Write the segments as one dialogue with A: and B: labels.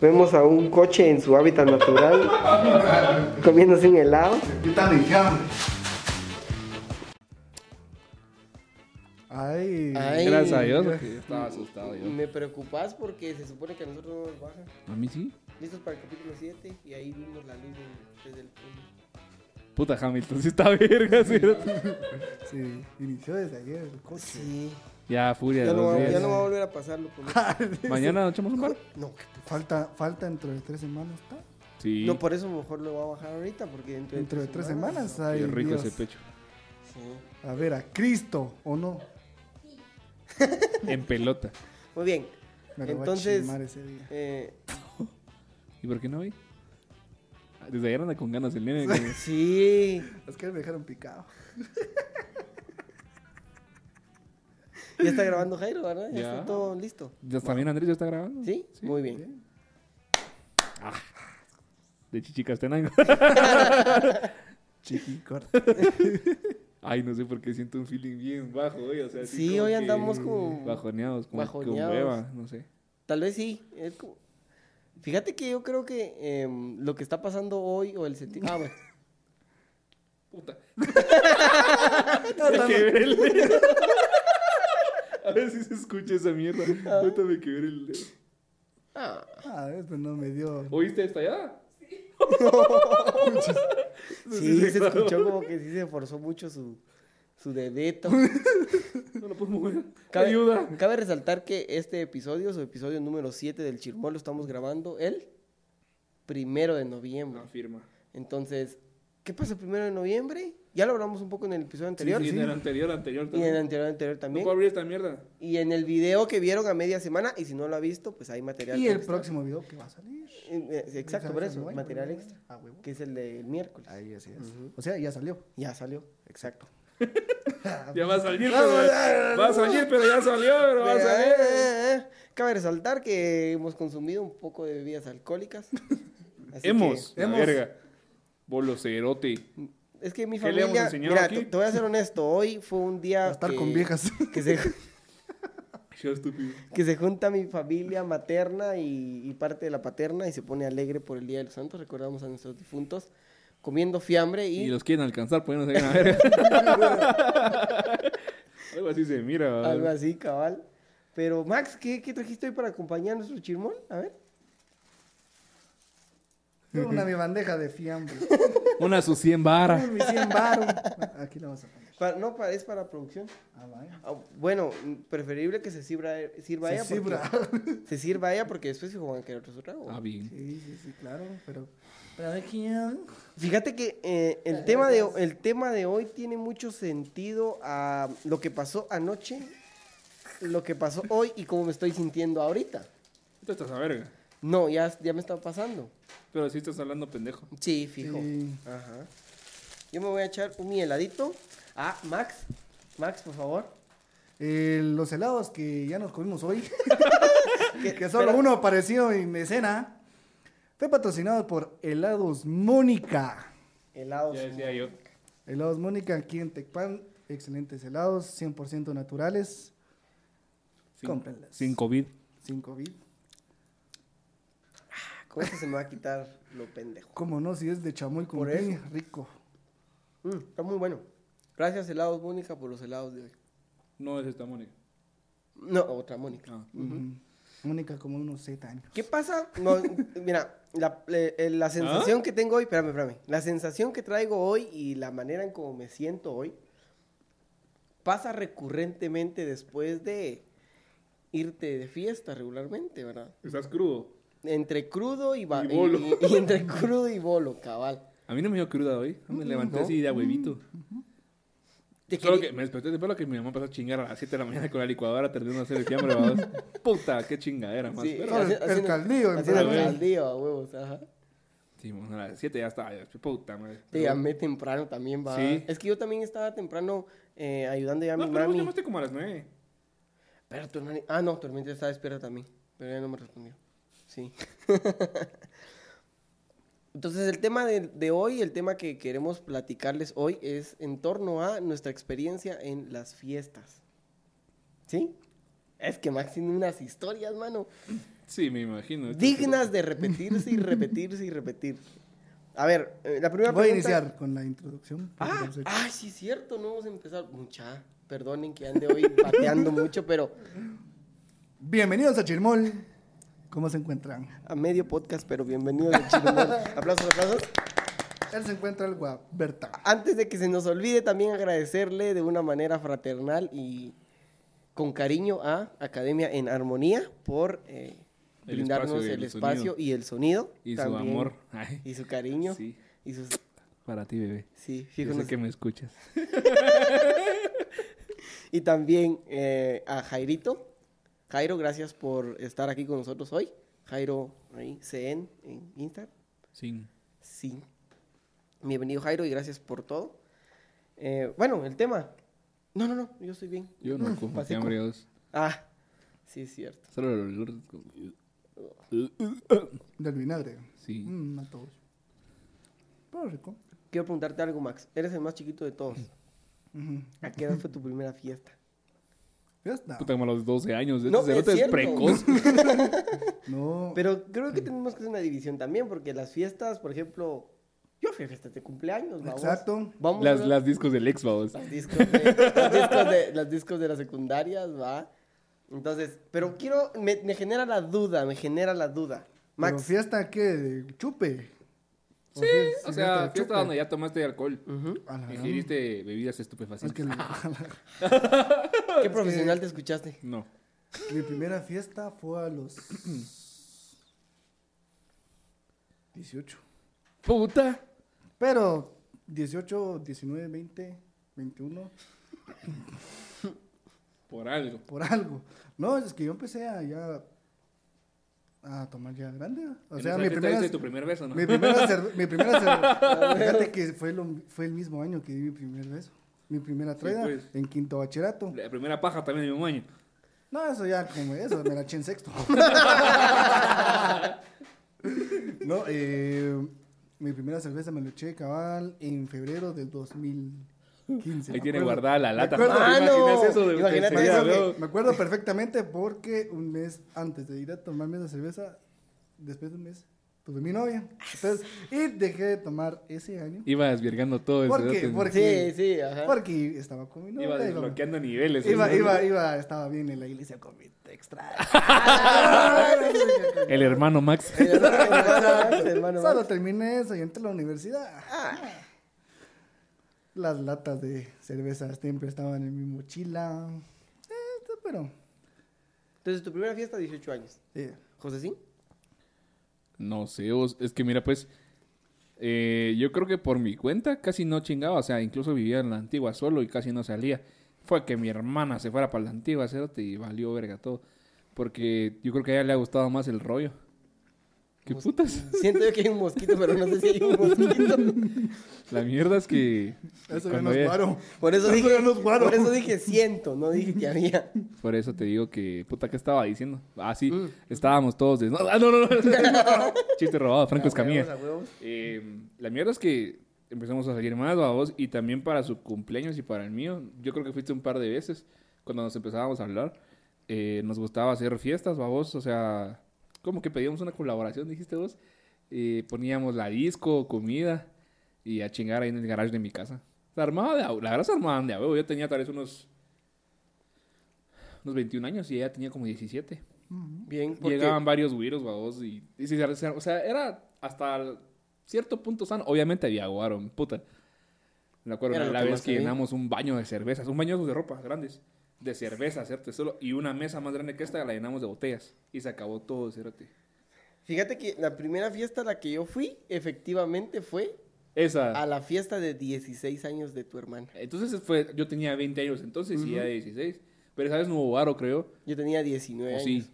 A: Vemos a un coche en su hábitat natural comiéndose un helado.
B: ¿Qué tal enjambre?
C: Ay,
A: Ay.
C: gracias a
A: Gracias.
C: Dios. porque estaba asustado yo.
A: Me preocupas porque se supone que a nosotros no nos baja.
C: A mí sí.
A: Listos para el capítulo 7 y ahí vimos la luz del- desde el fondo.
C: Puta Hamilton, sí está verga, ¿cierto?
B: Sí, inició desde ayer el coche.
A: Sí.
C: Ya, furia.
A: Ya
C: de
A: no,
C: dos
A: va, ya
C: días.
A: no va a volver a pasarlo. Por...
C: Mañana nos echamos un bar.
A: No, que te-
B: Falta, falta dentro de tres semanas, ¿está?
C: Sí.
A: no, por eso mejor lo voy a bajar ahorita porque dentro de,
B: Dentro de tres semanas. Ay,
C: Qué rico
B: Dios.
C: ese pecho.
A: Sí.
B: A ver, a Cristo, ¿o no?
C: En pelota.
A: Muy bien.
B: Me lo va a
A: Entonces-
B: chimar ese día.
A: Eh,
C: ¿Y por qué no hoy? Desde ayer anda con ganas el nene. güey.
A: sí.
B: Es que me dejaron picado.
A: Ya está grabando Jairo, ¿verdad? Ya,
C: Ya.
A: está todo listo.
C: Ya también Andrés ya está grabando.
A: ¿Sí? Muy bien.
C: De Chichicastenango.
B: Chiqui, corta.
C: Ay, no sé por qué siento un feeling bien bajo hoy. O sea, así
A: Sí,
C: como
A: hoy
C: que
A: andamos como-
C: Bajoneados, como
A: bajoneados.
C: con hueva, no sé.
A: Tal vez sí. es como- Fíjate que yo creo que em, lo que está pasando hoy o el sentido. Ah, bueno.
C: Puta. me quebré el dedo. A ver si se escucha esa mierda. Puta, me quebré el dedo.
A: Ah,
B: Ah, esto no me dio.
C: ¿Oíste estallada?
A: sí, se escuchó como que sí se esforzó mucho su, su dedeto.
C: No lo puedo mover.
A: Cabe,
C: Ayuda.
A: cabe resaltar que este episodio, su episodio número 7 del Chirmol, lo estamos grabando el primero de noviembre.
C: Afirma.
A: Entonces, ¿qué pasa el primero de noviembre? Ya lo hablamos un poco en el episodio anterior.
C: Sí, sí, en el anterior, anterior
A: Y en el
C: también.
A: anterior, anterior
C: No
A: también.
C: puedo abrir esta mierda.
A: Y en el video que vieron a media semana, y si no lo ha visto, pues hay material.
B: Y el
A: extra.
B: próximo video que va a salir.
A: Eh,
C: Pues
A: eh, Exacto, por eso,
B: Bueno,
A: material
B: bueno,
A: extra,
B: bueno. Ah, huevo.
A: que es el del miércoles.
B: Ahí así es. O sea, ya salió.
A: Ya salió, exacto.
C: Ya va Ah, a salir, pero. Va a salir, pero ya salió, pero va a
A: Pero,
C: salir.
A: eh, eh, Cabe resaltar que hemos consumido un poco de bebidas alcohólicas. Así que-
B: Hemos.
C: Hemos. Hemos. Verga. Bolocerote.
A: es que mi
C: ¿Qué le hemos
A: familia,
C: enseñado
A: mira,
C: aquí?
A: te, te voy a ser honesto, hoy fue un día
B: A estar
A: que-
B: con viejas.
A: que se,
C: Yo estúpido.
A: que se junta mi familia materna y, y parte de la paterna y se pone alegre por el Día de los Santos, recordamos a nuestros difuntos, comiendo fiambre y...
C: Y los quieren alcanzar, pues no se a verga. Algo así se mira. ¿verdad?
A: Algo así, cabal. Pero, Max, ¿qué, qué trajiste hoy para acompañar a nuestro chirmol? A ver.
B: Una mi bandeja de fiambre.
C: Una sus 100 varas.
B: Mi 100 baros. Aquí la vas a poner.
A: Pa- no, pa- es para producción.
B: Ah, vaya.
A: Ah, bueno, mm, preferible que se sirva, sirva ella.
B: Se cibra.
A: porque- se sirva ella porque después se van a querer otro su trago.
C: Ah, bien.
B: Sí, sí, sí, claro. Pero. Pero aquí. ah,
A: Fíjate que eh, el, tema de, el tema de hoy tiene mucho sentido a lo que pasó anoche, lo que pasó hoy y cómo me estoy sintiendo ahorita.
C: Tú estás a verga.
A: No, ya, ya me está pasando.
C: Pero sí estás hablando pendejo.
A: Sí, fijo.
B: Sí.
A: Ajá. Yo me voy a echar un heladito. Ah, Max. Max, por favor.
B: Eh, los helados que ya nos comimos hoy,
A: Que-
B: que solo
A: espera.
B: uno apareció en escena, fue patrocinado por Helados Mónica.
A: Helados.
C: Ya decía yo.
B: Helados Mónica aquí en Tecpan, excelentes helados, 100% naturales,
C: Sin,
B: Cómprenlas.
C: sin COVID.
B: sin COVID.
A: Con esto se me va a quitar lo pendejo.
B: Como no, si es de chamoy con
A: Por
B: piña, rico.
A: Mm, está muy bueno. Gracias, helados Mónica, por los helados de hoy.
C: No es esta Mónica.
A: No, otra Mónica.
C: Ah.
B: Ujú. Mónica como unos 7 años.
A: ¿Qué pasa? No, mira, la, eh, eh,
C: ¿Ah?
A: la sensación que tengo hoy, espérame, espérame. La sensación que traigo hoy y la manera en cómo me siento hoy pasa recurrentemente después de irte de fiesta regularmente, ¿verdad?
C: Estás crudo.
A: Entre crudo y, ba-
C: Y bolo.
A: y- y- y entre crudo y bolo, cabal.
C: A mí no me dio cruda hoy. Me
A: Mm,
C: levanté así de a huevito.
A: Te
C: Solo
A: quería-
C: que me desperté después de lo que mi mamá empezó a chingar a las 7 de la mañana con la licuadora terminando de hacer el fiambre, babos. Puta, qué chingadera más.
A: sí,
C: pero-
B: Solo el-
A: haciendo-
B: el
A: haciendo-
B: caldillo,
A: haciendo el
C: empezaba.
A: caldillo, a huevos, ajá.
C: Sí, bueno, a las 7 ya estaba. yo, Puta madre.
A: Te llamé temprano también, va.
C: Sí.
A: Es que yo también estaba temprano eh, ayudando ya a mi
C: No, pero vos
A: mami.
C: llamaste como a las 9.
A: Pero tu hermani- Ah, no, tu hermanita estaba despierta también. Pero ya no me respondió. Sí. Entonces, el tema de, de hoy, el tema que queremos platicarles hoy es en torno a nuestra experiencia en las fiestas. ¿Sí? Es que Max tiene unas historias, mano.
C: Sí, me imagino. Este
A: Dignas de repetirse y repetirse y repetir. A ver, eh, la primera
B: Voy a
A: pregunta-
B: iniciar con la introducción. porque
A: Ah,
B: no sé.
A: ah, sí, cierto, no vamos a empezar. Mucha, perdonen que ande hoy pateando mucho, pero
B: Bienvenidos a Chirmol. ¿Cómo se encuentran?
A: a medio podcast, pero bienvenidos a Chirumol. aplausos, aplausos.
B: Él se encuentra el Guaberta.
A: Antes de que se nos olvide, también agradecerle de una manera fraternal y con cariño a Academia en Armonía por eh,
C: El
A: brindarnos
C: espacio y
A: el,
C: el
A: espacio
C: sonido.
A: y el sonido.
C: Y su
A: también.
C: amor. Ay.
A: Y su cariño.
C: Sí,
A: Y sus...
C: para ti, bebé.
A: Sí,
C: Yo sé
A: fíjense.
C: que me escuchas.
A: Y también eh, a Jairito. Jairo, gracias por estar aquí con nosotros hoy. Jairo, ahí, CN en Instagram.
C: Sí.
A: Sí. Bienvenido, Jairo, y gracias por todo. Eh, bueno, el tema. No, no, no, yo estoy bien.
C: Yo no como
A: pasico.
C: hambre dos.
A: Ah, sí, es cierto.
C: Solo el olor. como-
B: Del vinagre.
C: Sí.
B: Mm, a todos. Pero rico.
A: Quiero preguntarte algo, Max. Eres el más chiquito de todos.
B: Ujú.
A: ¿A qué edad fue tu primera fiesta?
B: Fiesta.
C: Puta, como a los 12 años. Este
A: No,
C: cerote
A: es
C: es
A: cierto.
C: precoz.
B: No.
A: Pero creo que tenemos que hacer una división también, porque las fiestas, por ejemplo, yo fui a fiestas de cumpleaños, vamos.
B: Exacto.
A: Vamos
C: Las,
A: a-
C: las discos del ex, babos.
A: Los discos de, los discos de, los discos de las secundarias, va. Entonces, pero quiero, me, me genera la duda, me genera la duda.
B: Max.
A: Max.
B: fiesta que de chupe.
C: Sí, Pues o sea, fiesta donde ya tomaste alcohol.
A: Ujú.
B: A la gran-
C: Ingiriste bebidas
B: Es que
C: estupefacientes.
B: la-
A: ¿Qué profesional te escuchaste?
C: No.
B: mi primera fiesta fue a los 18.
C: Puta.
B: Pero 18, 19, 20, 21,
C: Por algo.
B: por algo. No, es que yo empecé a ya a tomar ya grande. O
C: En
B: sea,
C: esa
B: mi
C: fiesta
B: primera,
C: diste tu primer beso, ¿no?
B: mi primera, cer- mi primera cer- fíjate que fue, lo- fue el mismo año que di mi primer beso. Mi primera traida
C: pues.
B: en quinto bachillerato.
C: La primera paja también del mismo año.
B: No, eso ya como eso, me la eché en sexto. no, eh, mi primera cerveza me la eché cabal en febrero del 2015.
C: Ahí
B: me
C: tiene
B: acuerdo.
C: guardada la
B: Me
C: lata.
B: acuerdo,
A: Ah,
C: ¿Te imaginas
A: no.
C: eso de
A: Imagínate
B: me,
A: Sí,
C: sería,
A: eso
B: acuerdo
C: veo?
B: que- me acuerdo perfectamente porque un mes antes de ir a tomarme esa cerveza, después de un mes, tuve mi novia. Entonces, y dejé de tomar ese año.
C: Ibas virgando todo el
B: ¿Por qué?
C: cerote.
B: ¿Por
A: Sí,
B: qué?
A: sí, ajá.
B: Porque estaba con mi novia.
C: Iba
B: iba-
C: desbloqueando niveles.
B: Iba,
C: ¿no?
B: iba, iba, estaba bien en la iglesia con mi extra.
C: El hermano Max.
A: Hermano,
B: Solo
A: Max.
B: terminé eso y entré a la universidad.
A: Ah,
B: Las latas de cerveza siempre estaban en mi mochila. Eh, pero,
A: Entonces, tu primera fiesta, 18 años.
B: eh,
A: ¿José sí?
C: No sé, vos, es que mira, pues, eh, yo creo que por mi cuenta casi no chingaba, o sea, incluso vivía en la antigua solo y casi no salía. Fue que mi hermana se fuera para la antigua, cerote, y valió verga todo. Porque yo creo que a ella le ha gustado más el rollo. ¿Qué
A: Mos-
C: putas?
A: Siento yo que hay un mosquito, pero no sé si hay un mosquito.
C: La mierda es que...
B: eso ya
C: cuando
B: nos
C: ella-
B: paro.
A: Por eso
B: Eso
A: dije,
B: ya no es guaro.
A: por eso dije siento, no dije que había.
C: Por eso te digo que... Puta, ¿qué estaba diciendo? Ah, sí, estábamos todos de... No, ah, no, no, no. Chiste robado, Franco Escamilla.
A: A huevos,
C: Eh, la mierda es que empezamos a salir más, vos y también para su cumpleaños y para el mío. Yo creo que fuiste un par de veces cuando nos empezábamos a hablar. eh, nos gustaba hacer fiestas, vos, o sea, como que pedíamos una colaboración, dijiste vos. Eh, poníamos la disco, comida y a chingar ahí en el garage de mi casa. Se armaba de, a- la verdad se armaban de a huevo. Yo tenía tal vez unos, unos 21 años y ella tenía como 17.
A: a huevos. Bien, porque
C: Llegaban varios güiros, babos, y, y sí, se- se- o sea, era hasta el- cierto punto sano. Obviamente había guaro, puta. Me acuerdo
A: Era
C: una-
A: lo
C: la
A: que
C: vez
A: más
C: que
A: había.
C: llenamos un baño de cervezas, un baño de ropa grandes, de cervezas, ¿cierto? Solo, y una mesa más grande que esta la llenamos de botellas. Y se acabó todo, ¿cierto?
A: fíjate que la primera fiesta a la que yo fui, efectivamente fue
C: Esa.
A: a la fiesta de 16 años de tu hermana.
C: Entonces fue, yo tenía 20 años entonces y ya 16. Pero sabes, no hubo guaro, creo.
A: Yo tenía
C: O
A: 19 años.
C: Oh, sí.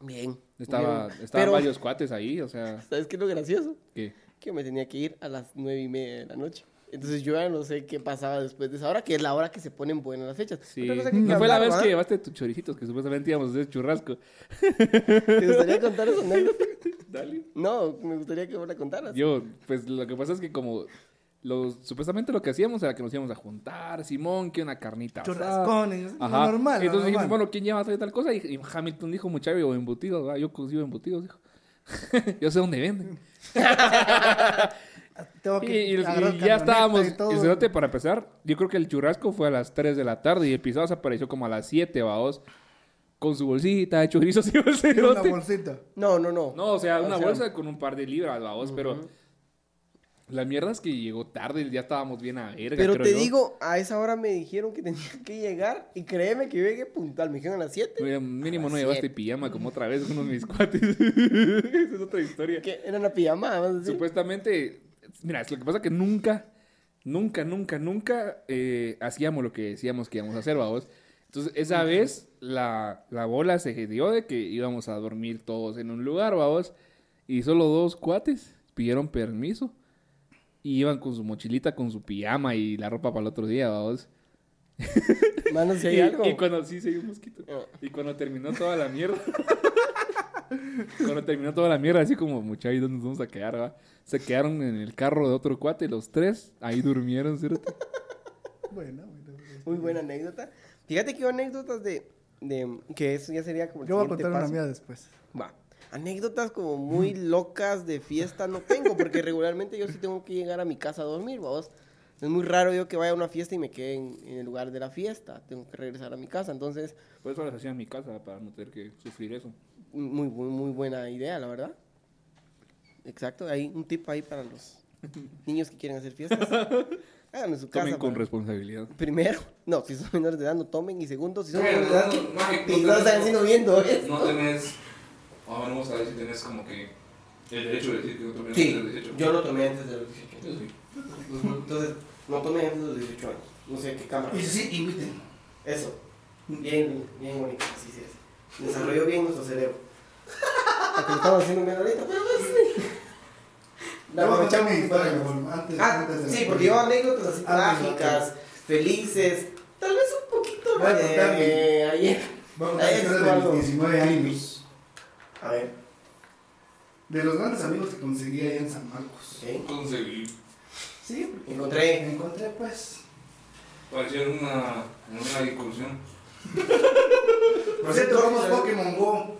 A: Bien.
C: Estaba,
A: Bien.
C: estaban
A: Pero,
C: varios cuates ahí, o sea,
A: ¿Sabes qué es lo gracioso?
C: que
A: Que yo me tenía que ir a las 9 y media de la noche. Entonces yo ya no sé qué pasaba después de esa hora, que es la hora que se ponen buenas las fechas.
C: sí.
A: Otra cosa que hay que
C: No fue la
A: hablar,
C: vez
A: ¿va?
C: que llevaste tus choricitos, que supuestamente íbamos a hacer churrasco.
A: ¿Te gustaría contar esa anécdota?
C: Dale.
A: No, me gustaría que vos la contaras.
C: Yo, pues lo que pasa es que como los- supuestamente lo que hacíamos era que nos íbamos a juntar, Simón, que una carnita. asada.
B: Churrascones. lo
C: Ajá.
B: normal. lo
C: Entonces dijimos,
B: normal.
C: bueno, ¿quién lleva tal y tal cosa? Y, y Hamilton dijo, muchacho, o embutidos, ¿verdad? yo consigo embutidos, dijo. yo sé dónde venden.
B: Tengo
C: Y,
B: que
C: y- y
B: agarrar
C: ya
B: camioneta
C: estábamos.
B: y todo.
C: El cenote, para empezar, yo creo que el churrasco fue a las 3 de la tarde y el pisado se apareció como a las 7, vaos. Con su bolsita de chorizos y el
B: Y una
C: cerote.
B: bolsita.
A: No, no, no.
C: No, o sea, una bolsa con un par de libras, vaos, pero. La mierda es que llegó tarde, ya estábamos bien a verga.
A: Pero
C: creo
A: te
C: yo.
A: digo, a esa hora me dijeron que tenía que llegar y créeme que yo llegué puntual. Me dijeron a las 7.
C: Mira, Mínimo
A: A
C: no
A: las
C: llevaste
A: siete.
C: pijama como otra vez uno de mis cuates. Esa es otra historia.
A: Que era una pijamada, vamos a decir.
C: Supuestamente, mira, es lo que pasa que nunca, nunca, nunca, nunca eh, hacíamos lo que decíamos que íbamos a hacer, vamos. Entonces, esa vez la, la bola se dio de que íbamos a dormir todos en un lugar, vamos. Y solo dos cuates pidieron permiso y iban con su mochilita, con su pijama y la ropa para el otro día, vamos.
A: Mano, si hay
C: y,
A: algo.
C: y cuando sí se dio un mosquito.
A: Ah.
C: Y cuando terminó toda la mierda. cuando terminó toda la mierda, así como muchachos, ¿dónde nos vamos a quedar? va?" Se quedaron en el carro de otro cuate, los tres, ahí durmieron, ¿cierto?
B: Bueno, bueno, este, bueno.
A: Muy buena anécdota. Fíjate que yo anécdotas de, de- que eso ya sería como el
B: Yo voy a
A: siguiente
B: contar una
A: paso.
B: mía Mm. después.
A: Va. Anécdotas como muy locas de fiesta no tengo, porque regularmente yo sí tengo que llegar a mi casa a dormir, vamos. Es muy raro yo que vaya a una fiesta y me quede en, en el lugar de la fiesta. Tengo que regresar a mi casa. Entonces,
C: Por eso las hacía en mi casa, para no tener que sufrir eso.
A: muy, muy, muy buena idea, la verdad. Exacto. Hay un tip ahí para los niños que quieren hacer fiestas. Háganlo en su casa.
C: Tomen con
A: pero-
C: responsabilidad.
A: Primero, no, si son menores de edad, no tomen. Y segundo, si son
C: Pero
A: menores de edad,
C: no, no, que
A: y
C: tú
A: no
C: tenés-
A: están siendo viendo, ¿eh?
C: No tenés. Ahora vamos a ver si tenés como que el derecho de decir que otro
A: no tomé antes de los 18 Entonces, no tomé antes de los 18 años. No sé qué cámara.
D: sí, inviten.
A: Eso. Bien, bien bonito, así se hace. Desarrolló bien nuestro cerebro. Porque lo estamos haciendo bien ahorita, pero pues. La
B: Yo voy a contar
A: aprovechamos
B: mi
A: y
B: historia,
A: ponemos.
B: mejor, antes-
A: Ah,
B: antes de la-
A: sí, porque yo anécdotas así
B: Ah, sí,
A: trágicas, felices, tal vez un poquito
B: Voy a contar mi-
A: de ayer.
B: Voy a contar
A: Ahí
B: la historia
A: es
B: de
A: algo.
B: mis 19 años.
A: A ver,
B: De los grandes amigos que conseguí ahí en San Marcos.
A: ok.
E: Conseguí.
B: Sí, porque
A: Encontré.
B: me encontré pues.
E: Parecía una, una discusión.
B: Por cierto, vamos Pokémon Go.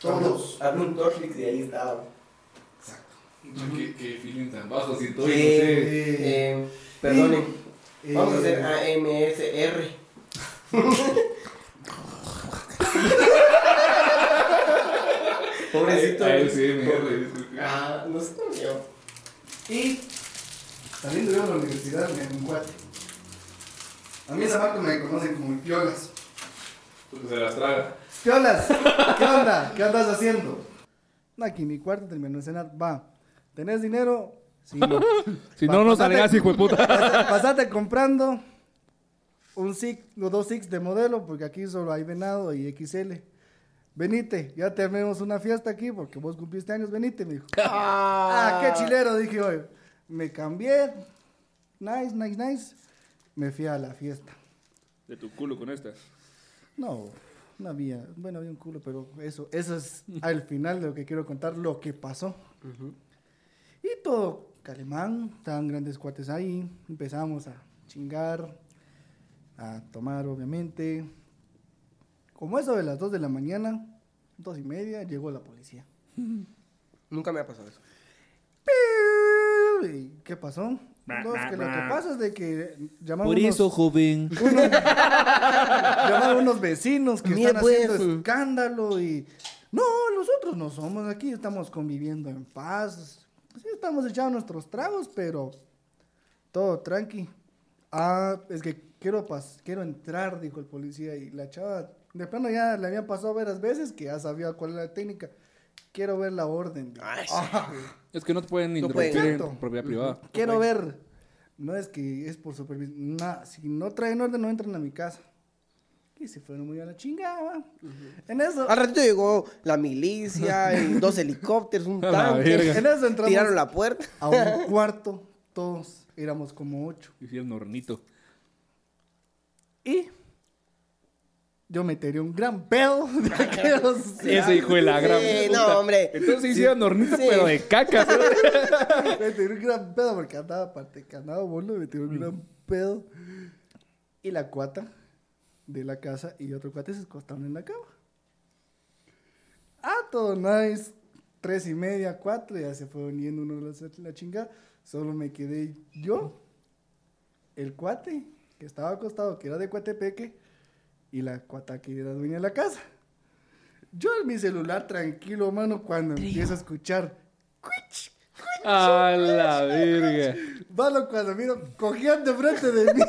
B: Todos.
A: Hablo un Torflix y ahí estaba.
B: Exacto.
E: Qué, qué feeling tan bajo, si todo.
A: Sí,
B: Eh,
A: eh, perdonen.
B: eh,
A: Vamos a hacer AMSR. Pobrecito.
E: ASMR, disculpe.
A: Ah, no sé cómo se llama.
B: Y también tuvimos la universidad en un cuate. A mí en San Marcos me conocen como el Piolas.
E: Porque se las traga.
B: Piolas, ¿qué onda? ¿Qué andas haciendo? Aquí mi cuarto terminó de cenar. Va, ¿tenés dinero? Sí, no.
C: Si
B: Pa-
C: no,
A: Pues
C: no
B: pasate-
C: salgas, hijo de puta.
B: Pas- Pasate comprando un six, o dos six de modelo, porque aquí solo hay venado y XL. Venite, ya tenemos una fiesta aquí porque vos cumpliste años, venite, me dijo. Ah, qué chilero, dije hoy. Me cambié. Nice, nice, nice. Me fui a la fiesta.
C: De tu culo con esta.
B: No, no había, bueno, había un culo, pero eso, eso es al final de lo que quiero contar, lo que pasó. Y todo, calemán, estaban grandes cuates ahí, empezamos a chingar, a tomar, obviamente. Como eso de las 2 de la mañana, dos y media, llegó la policía.
A: Nunca me ha pasado eso.
B: ¡Piu! ¿Y ¿Qué pasó? No, es que lo que pasa es de que llamaron unos-
C: joven.
B: Llamaron a unos vecinos que
A: Mire,
B: están
A: pues.
B: haciendo escándalo y... No, nosotros no somos aquí, estamos conviviendo en paz. Sí, estamos echando nuestros tragos, pero todo tranqui. Ah, es que quiero, pas quiero entrar, dijo el policía. Y la chava, de plano ya le habían pasado varias veces que ya sabía cuál era la técnica. Quiero ver la orden. dijo.
A: Ay, sí.
B: Ah,
C: Es que no te pueden
A: No
C: interrumpir
A: pueden.
C: en propiedad privada.
B: quiero ver. No es que es por supervisión. Nah, si no traen orden, no entran a mi casa. Y se fueron muy a la chingada. En eso.
A: Al ratito llegó la milicia, y dos helicópteros, un
C: A la verga.
A: tanque.
B: En eso entramos
A: Tiraron la puerta.
B: a un cuarto. Todos éramos como ocho.
C: Hicieron hornito.
B: Y yo metería un gran pedo de aquellos.
C: Ese hijo de la gran.
A: Sí,
C: puta.
A: no, hombre.
C: Entonces hicieron hornito,
A: Sí.
C: pero de caca. ¿sí?
B: metería un gran pedo porque andaba aparte, que andaba boludo, metería un gran pedo. Y la cuata de la casa y otro cuate se acostaron en la cama. Ah, todo nice. Tres y media, cuatro, ya se fue uniendo uno la, la chingada. Solo me quedé yo, el cuate, que estaba acostado, que era de Cuatepeque, y la cuata que era dueña de la casa. Yo en mi celular, tranquilo, mano, cuando empiezo a escuchar. "Cuich,
C: A la verga.
B: Malo cuando miro, cogían de frente de mí.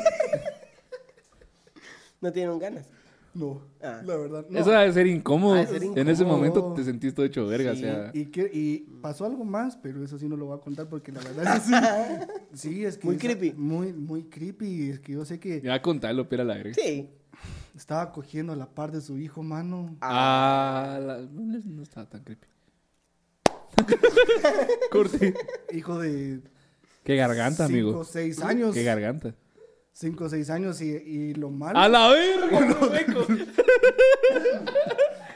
A: No tienen ganas.
B: No,
A: Ah.
B: la verdad, no.
C: Eso debe ser incómodo.
A: Ha de ser
C: En ese
A: incómodo.
C: momento te sentís todo hecho verga.
A: Sí.
C: O sea,
B: Y, que- y pasó algo más, pero eso sí no lo voy a contar porque la verdad es que sí. sí, es que
A: Muy
B: esa-
A: creepy.
B: Muy, muy creepy. Es que yo sé que
C: ya contalo, pero a la verga.
A: Sí.
B: estaba cogiendo a la par de su hijo, mano.
C: Ah, la... no no estaba tan creepy. Corte.
B: Hijo de
C: Qué garganta,
B: cinco,
C: amigo.
B: seis años.
C: Qué garganta.
B: Cinco, seis años y, y lo malo.
C: A la verga. hueco.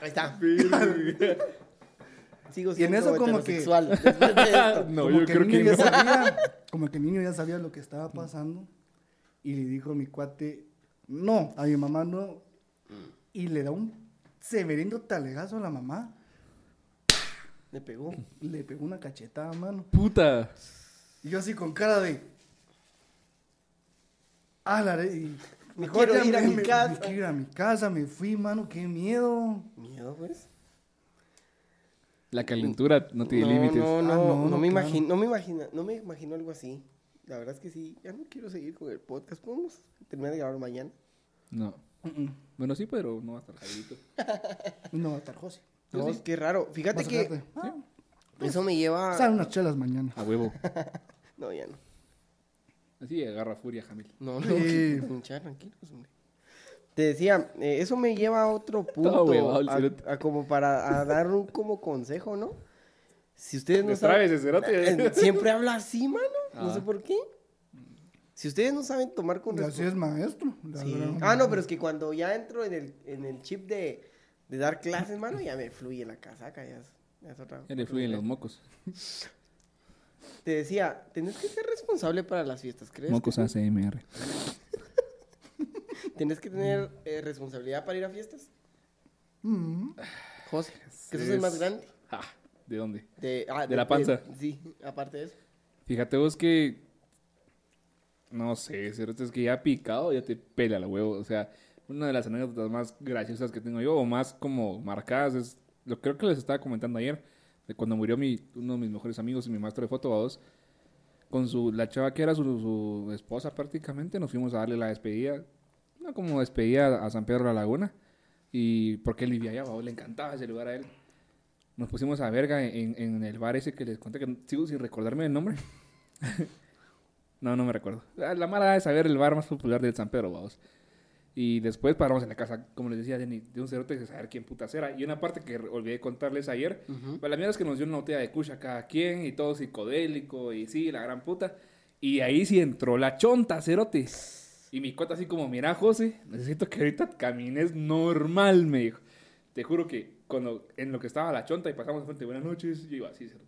A: Ahí está. Sigo
B: en
A: siendo
B: eso como que-
A: heterosexual después de esto.
C: No,
B: como
C: yo
B: que
C: creo
B: el niño
C: que no.
B: ya sabía, como que el niño ya sabía lo que estaba pasando y le dijo a mi cuate, no, a mi mamá no. Y le da un severendo talegazo a la mamá,
A: Le pegó.
B: le pegó una cachetada, mano.
C: Puta.
B: Y yo así con cara de... "A la re-". Y
A: Me quiero
B: ya
A: ir a mi
B: me-
A: casa.
B: Me quiero ir a mi casa, me fui, mano, qué miedo.
A: Miedo, pues.
C: La calentura no tiene
A: no,
C: límites.
A: No, no,
B: Ah, no,
A: no,
B: no,
A: me
B: claro.
A: imagino, no me imagino, no me imagino algo así. La verdad es que sí, ya no quiero seguir con el podcast. Podemos terminar de grabar mañana.
C: No. Bueno, sí, pero no va a estar jadito.
B: No, a Tarjosi.
A: No, qué raro. Fíjate
B: Vas a
A: que
B: quedarte. Ah,
A: eso me lleva.
B: sal unas chelas mañana.
C: A huevo.
A: No, ya no.
C: Así agarra furia, Jamil.
A: No, no,
B: Sí.
A: ya, tranquilos, hombre. Te decía, eh, eso me lleva a otro punto,
C: huevado el
A: a-
C: cerote.
A: a, como para a dar un como consejo, ¿no? Si ustedes no
C: Te
A: saben,
C: traes, cerote.
A: siempre habla así, mano, no
C: Eh, Ah.
A: sé por qué. Si ustedes no saben tomar con
B: Y Así es, maestro. la
A: Sí.
B: verdad.
A: Ah, no, pero es que cuando ya entro en el, en el chip de, de dar clases, mano, ya me fluye la casaca, ya es, ya es otra.
C: Ya le fluyen los mocos.
A: Te decía, tenés que ser responsable para las fiestas, ¿crees?
C: Mocos ACMR.
A: Tenés que tener eh, responsabilidad para ir a fiestas.
B: Mm.
A: José, que sos
C: es-
A: el más grande.
C: Ah, ¿de dónde?
A: De, ah,
C: De la panza.
A: sí, aparte de eso.
C: Fíjate vos que. No sé, cierto es que ya picado ya te pela la huevo. O sea, una de las anécdotas más graciosas que tengo yo, o más como marcadas, es. Lo creo que les estaba comentando ayer, de cuando murió mi, uno de mis mejores amigos y mi maestro de foto, dos, con su, la chava que era su, su esposa prácticamente, nos fuimos a darle la despedida, no como despedida a San Pedro de la Laguna, y porque él vivía allá, babos, le encantaba ese lugar a él. Nos pusimos a verga en, en el bar ese que les conté, que sigo sin recordarme el nombre. No, no me recuerdo. La la mala es saber el bar más popular del San Pedro, vamos. Y después paramos en la casa, como les decía, de, ni- de un cerote de saber quién putas era. Y una parte que re- olvidé contarles ayer, pues, la mierda es que nos dio una botella de cucha a cada quien y todo psicodélico y sí, la gran puta. Y ahí sí entró la chonta, cerote. Y mi cuata así como, mira, José, necesito que ahorita camines normal, me dijo. Te juro que cuando, en lo que estaba la chonta y pasamos de frente, buenas noches, yo iba así, cerote.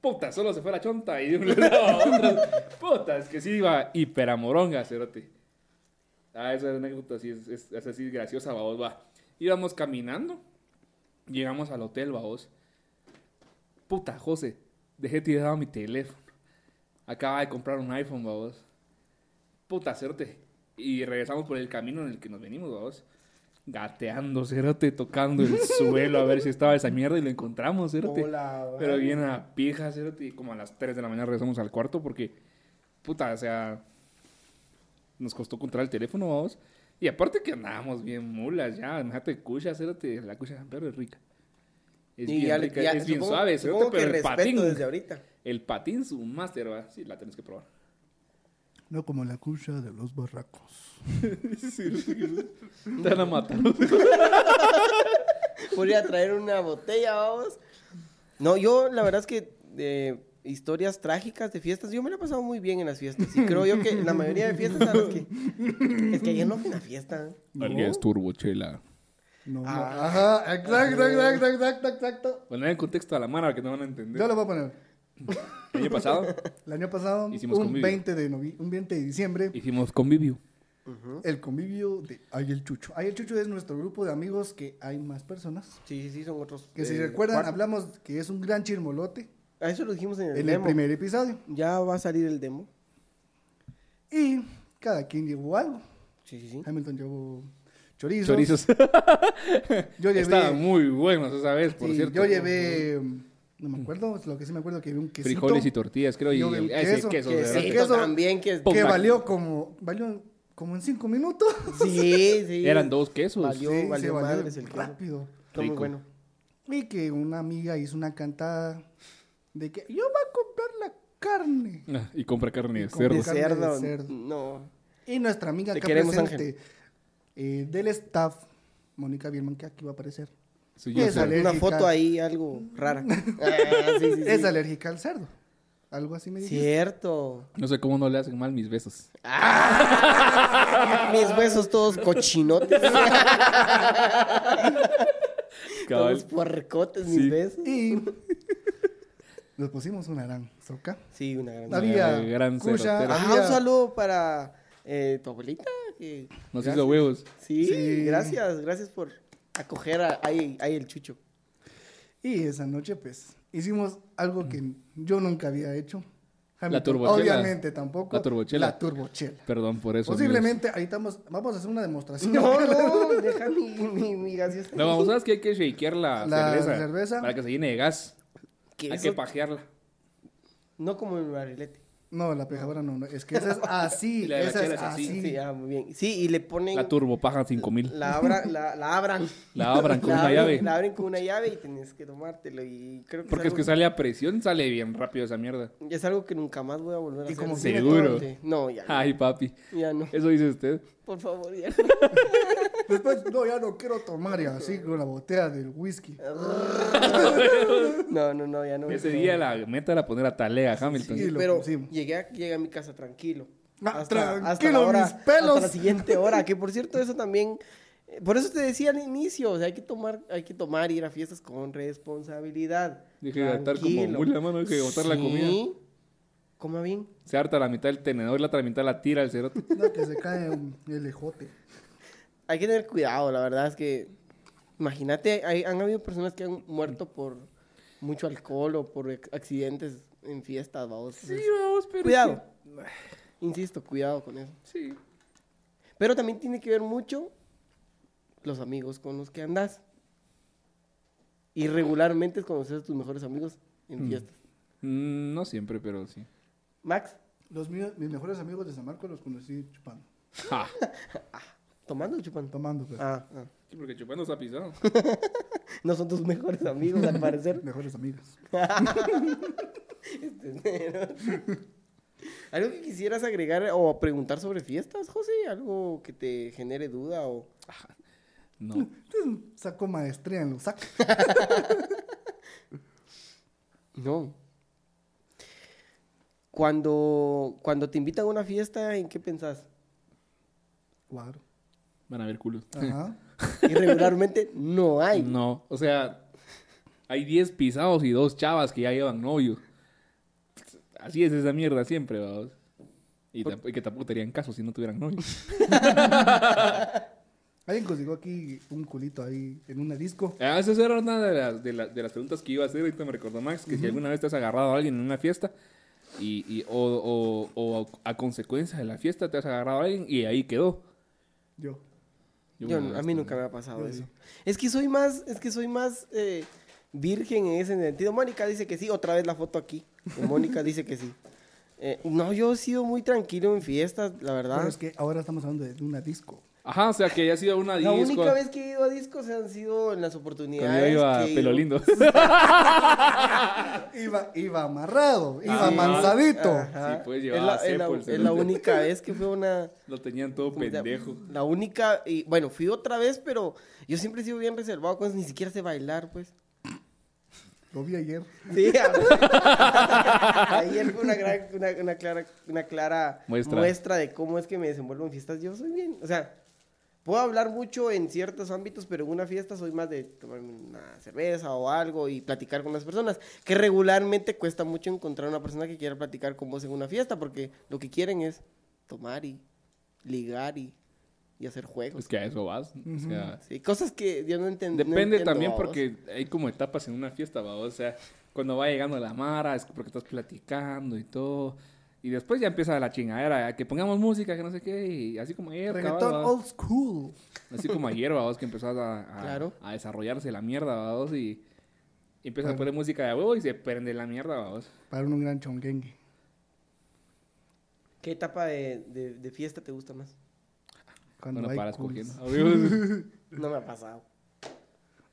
C: Puta, solo se fue la chonta y de un lado a otro. Puta, es que sí iba hiperamoronga, cerote. Ah, esa anécdota sí es, es, es así graciosa, babos, va. Íbamos caminando, llegamos al hotel, babos. Puta, José, dejé tirado mi teléfono. Acaba de comprar un iPhone, babos. Puta, cerote. Y regresamos por el camino en el que nos venimos, babos. Gateando, cerote, tocando el suelo a ver si estaba esa mierda y lo encontramos, cerote.
B: Hola,
C: Pero
B: vale.
C: bien a pija, cerote, y como a las 3 de la mañana regresamos al cuarto porque, puta, o sea, nos costó encontrar el teléfono, vamos. Y aparte que andábamos bien mulas, ya, imagínate, cucha, cerote, la cucha de San Pedro es rica. Es bien
A: ya le-
C: rica,
A: ya-
C: es bien
A: supongo-
C: suave,
A: supongo
C: cerote,
A: que
C: pero el
A: respeto
C: patín,
A: desde ahorita.
C: el patín su máster, va, sí, la tenés que probar.
B: No como la cucha de los barracos.
C: Te van a matar.
A: Podría traer una botella, vamos. No, yo la verdad es que eh, historias trágicas de fiestas, yo me la he pasado muy bien en las fiestas. Y creo yo que la mayoría de fiestas a las que... Es que ayer no fui a una fiesta.
C: Alguien es turbochela.
B: No, no. Ah, Ajá, exacto, exacto, exacto, exacto.
C: Poner en contexto a la mara que no van a entender.
B: Yo lo voy a poner.
C: El año pasado
B: El año pasado,
C: Hicimos
B: un
C: convivio.
B: 20, de novi- un 20 de diciembre,
C: hicimos convivio.
B: el convivio de Ay el Chucho. Ay el Chucho es nuestro grupo de amigos que hay más personas.
A: Sí, sí, son otros.
B: Que si
A: eh,
B: recuerdan,
A: cuatro.
B: hablamos que es un gran chirmolote
A: A eso lo dijimos en el,
B: en el
A: demo.
B: primer episodio.
A: Ya va a salir el demo.
B: Y cada quien llevó algo.
A: Sí, sí, sí.
B: Hamilton llevó chorizos.
C: Chorizos.
B: Yo llevé,
C: Estaban muy buenos esa vez, por
B: sí,
C: cierto.
B: yo llevé, no me acuerdo, lo que sí me acuerdo que llevé un quesito.
C: frijoles y tortillas, creo. Y
B: Yo vi
C: el- ese
B: queso,
C: queso,
A: Que
C: ¿verdad?
A: sí,
B: Queso.
A: también que es-
B: Que
C: Ponga.
B: valió como, valió como en cinco minutos.
A: Sí, sí.
C: Eran dos quesos.
A: Valió,
B: Sí,
A: valió
B: se valió
A: madres el queso.
B: rápido.
A: Está muy
C: Rico.
A: bueno.
B: Y que una amiga hizo una cantada de que yo voy a comprar la carne.
C: Ah, Y compra carne de
B: Y
C: cerdo.
A: De
B: Carne de
A: cerdo.
B: cerdo.
A: No.
B: Y nuestra amiga
A: Te
B: acá
A: queremos,
B: presente eh, del staff, Mónica Bielman, que aquí va a aparecer,
C: Sí, yo
B: Esa
C: sé.
B: le-
A: Una
B: Alérgica.
A: foto ahí, algo rara. Ah, sí, sí, sí.
B: es alérgica al cerdo. Algo así me dijiste.
A: Cierto.
C: No sé cómo no le hacen mal mis besos.
A: Mis huesos todos cochinotes.
C: Cabal.
A: todos puercotes,
C: Sí.
A: mis besos.
B: Y nos pusimos una naranja acá.
A: Sí, una gran.
C: Una
B: Había
C: gran
B: cuya,
C: cerotera.
A: Ah,
B: había-
A: un saludo para eh, tu abuelita. que-
C: Nos hizo huevos.
A: Sí,
B: Sí.
A: gracias, gracias por acoger a ahí, ahí el chucho.
B: Y esa noche, pues, hicimos algo que yo nunca había hecho.
C: turbochela.
B: Obviamente tampoco.
C: La turbochela.
B: La turbochela.
C: Perdón por eso.
B: Posiblemente, ahí estamos, vamos a hacer una demostración.
A: No, no, deja mi, mi, mi gaseosa.
C: amigos. No, vamos, ¿sabes que Hay que shakear la,
B: La
C: cerveza,
B: cerveza.
C: Para que se llene de gas.
A: Que
C: Hay
A: eso-
C: que pajearla.
A: No como el barrilete.
B: No, la pejadora no, no, es que esa es así,
C: Y la de la
B: esa es
C: chela es así,
B: así.
A: Sí, ah, muy bien. Sí, y le ponen.
C: La turbopaja 5000.
A: la, abra- la, la abran.
C: La abran con
A: La
C: una
A: abren-
C: llave.
A: La abren con una llave y tenés que tomártelo. Y creo que
C: Porque es
A: algo-
C: que sale a presión, sale bien rápido esa mierda.
A: Es algo que nunca más voy a volver a
B: Y
A: hacer.
B: como
C: tiene Seguro. Ah, todo-
A: Sí. No, ya. no.
C: Ay, papi.
A: Ya no.
C: Eso dice usted.
A: Por favor, ya.
B: Después, no, ya no quiero tomar y así con la botella del whisky.
A: No, no, no, ya no.
C: Ese
A: No.
C: día la meta era poner a Talea Hamilton.
B: Sí, lo
A: pero
B: pusimos.
A: llegué a, llegué a mi casa tranquilo.
B: Ah, tranquilo,
A: la
B: mis pelos.
A: Hasta la siguiente hora, que por cierto, eso también. eh, Por eso te decía al inicio, o sea, hay que tomar, hay que tomar, ir a fiestas con responsabilidad.
C: Dije de gastar como
A: Tranquilo.
C: mula, mano. Dije de botar la
A: Sí.
C: comida.
A: Coma bien.
C: Se harta la mitad del tenedor, la otra mitad la tira al cerote.
B: No, que se cae un- el ejote.
A: Hay que tener cuidado, la verdad es que. Imagínate, hay- han habido personas que han muerto por mucho alcohol o por ex- accidentes en fiestas, vamos.
C: vamos, pero.
A: Cuidado. Insisto, cuidado con eso.
C: Sí.
A: Pero también tiene que ver mucho los amigos con los que andas. Y regularmente conoces a tus mejores amigos en fiestas.
C: Mm, No siempre, pero sí.
A: Max,
B: Los míos, mis mejores amigos de San Marcos los conocí chupando,
C: Ja.
A: tomando o chupando.
B: tomando, pues.
A: Ah, ah.
C: Sí, porque chupando está pisado.
A: No son tus mejores amigos, al parecer.
B: Mejores amigas.
A: ¿Algo que quisieras agregar o preguntar sobre fiestas, José? ¿Algo que te genere duda o...?
C: No.
B: Entonces, Sacó maestría en los sacos.
A: No. Cuando, cuando te invitan a una fiesta, ¿en qué pensás?
B: Cuadro.
C: Van a ver culos.
B: Ajá.
A: Y regularmente no hay.
C: No. O sea, hay 10 pisados y dos chavas que ya llevan novios. Así es esa mierda siempre, vamos. Y, tamp- y que tampoco te harían caso si no tuvieran novios.
B: Alguien consiguió aquí un culito ahí en una disco.
C: Ah, esa era una de las, de, la- de las preguntas que iba a hacer. Ahorita me recordó Max que si alguna vez te has agarrado a alguien en una fiesta y, y- o, o- o a consecuencia de la fiesta te has agarrado a alguien y ahí quedó. Este,
B: Yo.
A: Yo,
C: me
A: a mí
C: agarré
A: nunca me ha pasado
B: Yo
A: eso.
B: sí.
A: Es que soy más, es que soy más eh, virgen en ese sentido. Mónica dice que sí, otra vez la foto aquí. de Mónica dice que sí. Eh, no, yo he sido muy tranquilo en fiestas, la verdad.
B: Pero es que ahora estamos hablando de una disco.
C: Ajá, o sea que haya sido una
A: la
C: disco.
A: única vez que he ido a discos han sido en las
C: Cuando Ah, yo
A: oportunidades.
C: iba a
A: que
C: pelo lindo.
B: Iba, iba amarrado, iba
C: Ah,
B: mansadito.
A: Ajá.
C: Sí, pues,
A: es
C: llevaba
A: la, es la-
C: cepo el
A: es
C: cerote.
A: la única vez que fue una.
C: Lo tenían todo
A: ¿cómo se llama?
C: pendejo.
A: La única, y bueno, fui otra vez, pero yo siempre he sido bien reservado con eso, ni siquiera sé bailar, pues.
B: Lo vi ayer.
A: Sí, a- ayer fue una, gran- una, una clara, una clara
C: Muestra.
A: de cómo es que me desenvuelvo en fiestas. Yo soy bien, o sea, Puedo hablar mucho en ciertos ámbitos, pero en una fiesta soy más de tomarme una cerveza o algo y platicar con las personas. Que regularmente cuesta mucho encontrar una persona que quiera platicar con vos en una fiesta, porque lo que quieren es tomar y ligar y, y hacer juegos.
C: Es que a eso vas. o sea,
A: Sí, cosas que yo no, enten- no entiendo.
C: Depende también
A: ¿va vos?
C: porque hay como etapas en una fiesta, ¿va? o sea, cuando va llegando la mara es porque estás platicando y todo. Y después ya empieza la chingadera, que pongamos música, que no sé qué, y así como ayer, cabal,
B: Reggaetón
C: ¿va?
B: old school.
C: así como ayer, ¿va? vos que empezás a, a-
A: Claro.
C: a desarrollarse la mierda, ¿va? vos y, y empiezas a poner música de a huevo y se prende la mierda, ¿va? vos.
B: Para un gran chongengue.
A: ¿Qué etapa de, de- de fiesta te gusta más?
B: Cuando
C: Bueno,
B: hay
C: paras
B: culs.
C: cogiendo. Adiós.
A: No me ha pasado.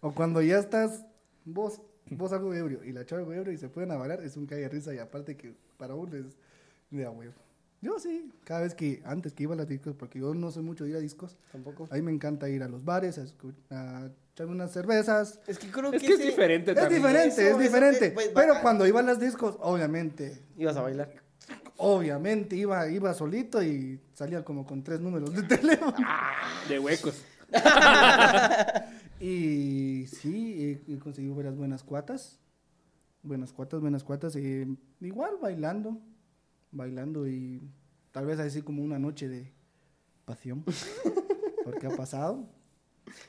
B: O cuando ya estás, vos, vos algo ebrio y la chava algo ebrio y se pueden avalar, es un calle de risa y aparte que para uno es de a huevo. Yo sí, cada vez que, antes que iba a las discos, porque yo no soy mucho de ir a discos,
A: Tampoco.
B: a mí me encanta ir a los bares, a, escu- a echarme unas cervezas.
A: Es que creo
C: es
A: que,
C: que es
A: ese-
C: diferente
B: Es
A: Este
C: también.
B: diferente,
A: Eso-
B: es
A: eso
B: diferente.
A: que, pues,
B: Pero
A: va-
B: cuando iba a las discos, obviamente,
A: Ibas a bailar.
B: obviamente iba, iba solito y salía como con tres números de teléfono.
C: De huecos.
B: Y sí, he, he conseguido varias buenas cuatas. Buenas cuatas, buenas cuatas. eh, igual bailando. Bailando y tal vez así como una noche de pasión. Porque ha pasado.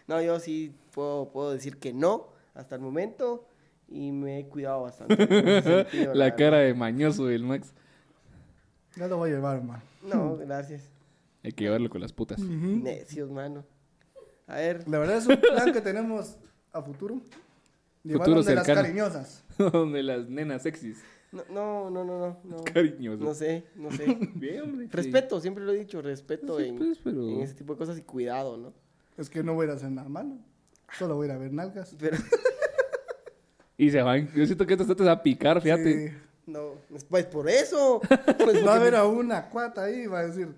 A: No, yo sí puedo, puedo decir que no hasta el momento y me he cuidado bastante. en ese sentido,
C: la
A: verdad.
C: cara de mañoso del Max.
B: Ya lo voy a llevar, hermano.
A: No, gracias.
C: Hay que llevarlo con las putas.
A: Necios, mano. A ver,
B: La verdad es un plan que tenemos a futuro. Llevarnos de las
C: cercano.
B: cariñosas.
C: Donde las nenas sexys.
A: no, no, no, no, no. No,
C: Cariñosas.
A: No sé, no sé.
C: Bien, hombre, sí.
A: Respeto, siempre lo he dicho, respeto
C: Sí,
A: en,
C: pues, pero-
A: en ese tipo de cosas y cuidado, ¿no?
B: Es que no voy a ir a hacer nada malo. Solo voy a ir a ver nalgas.
A: Pero,
C: Y se van. Yo siento que esto te va a picar, fíjate.
B: Sí.
A: no, pues por eso. Pues
B: Va a
A: porque
B: haber a una cuata ahí y va a decir...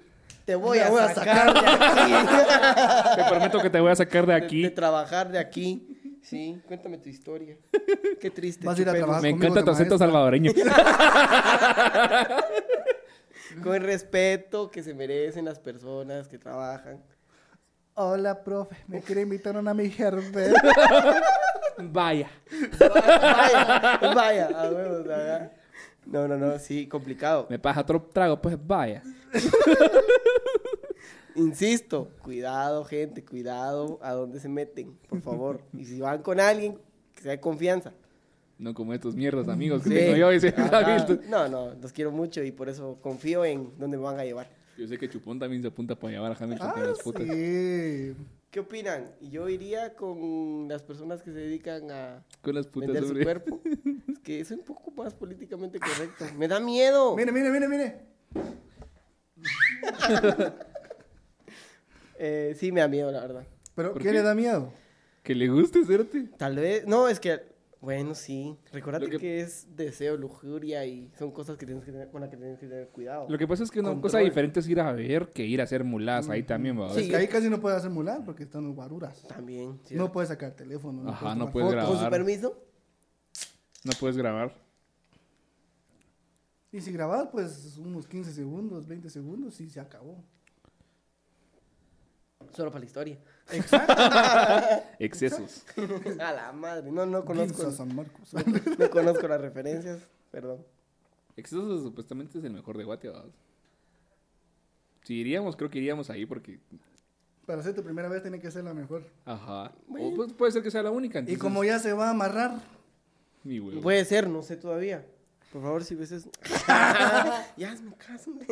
A: te voy
B: "Me
A: a,
B: voy a
A: sacar, de aquí.
C: Te prometo que te voy a sacar de
A: de-
C: aquí.
A: De, trabajar de aquí. Sí, cuéntame tu historia. Qué triste.
B: Vas a ir a
A: chupemos.
B: trabajar.
C: Me
B: conmigo
C: encanta
B: de
C: tu acento
B: maestra.
C: salvadoreño.
A: Con el respeto que se merecen las personas que trabajan.
B: Hola, profe, me quiere invitar a una mi Herbert.
C: Vaya.
A: Vaya, vaya. a huevo, o sea, ¿verdad? No, no, no, sí, complicado.
C: Me pasa otro trago, pues vaya.
A: Insisto, cuidado, gente, cuidado a dónde se meten, por favor. Y si van con alguien, que sea de confianza.
C: No como estos mierdas, amigos, que
A: Sí.
C: tengo yo. dice,
A: Ajá.
C: David. pues.
A: No, no, los quiero mucho y por eso confío en dónde me van a llevar.
C: Yo sé que Chupón también se apunta para llevar a Hamilton
B: ah,
C: con las putas.
B: sí.
A: ¿Qué opinan? Yo iría con las personas que se dedican a
C: Con las putas,
A: vender
C: hombre.
A: su cuerpo. Es que es un poco más políticamente correcto. Me da
C: Oh.
A: miedo.
B: Mire, mire, mire, mire.
A: Eh, sí, me da miedo, la verdad.
B: ¿Pero
C: ¿Por
B: qué,
C: qué?
B: le da miedo?
C: Que le guste serte.
A: Tal vez, no, es que, bueno, sí. Recuérdate
C: Lo
A: que...
C: que-
A: es deseo, lujuria y son cosas que tienes que tener, con las que tienes que tener cuidado.
C: Lo que pasa es que una
A: Control.
C: cosa diferente es ir a ver que ir a hacer mulas ahí también, va.
A: Sí.
B: Es que ahí casi no puedes hacer mular porque están los guaruras.
A: También, ¿sí?
B: No puedes sacar teléfono.
C: Ah, Ajá,
B: puedes
C: no
B: tomar
C: puedes
B: fotos.
A: Con su
C: grabar.
A: permiso,
C: No puedes grabar.
B: Y si grabas, pues unos 15 segundos, 20 segundos y se acabó.
A: solo para la historia.
C: Excesos.
A: a la madre, no, no conozco,
B: Conozco San Marcos.
A: no conozco las referencias, perdón.
C: Excesos supuestamente es el mejor de Guate, va. Si iríamos, creo que iríamos ahí porque.
B: Para ser tu primera vez tiene que ser la mejor.
C: Ajá.
A: Bueno.
C: O pues, puede ser que sea la única.
B: Y
C: entonces,
B: como ya se va a amarrar,
C: Mi huevo.
A: Puede ser, no sé todavía. Por favor, si ves eso. ya, me caso.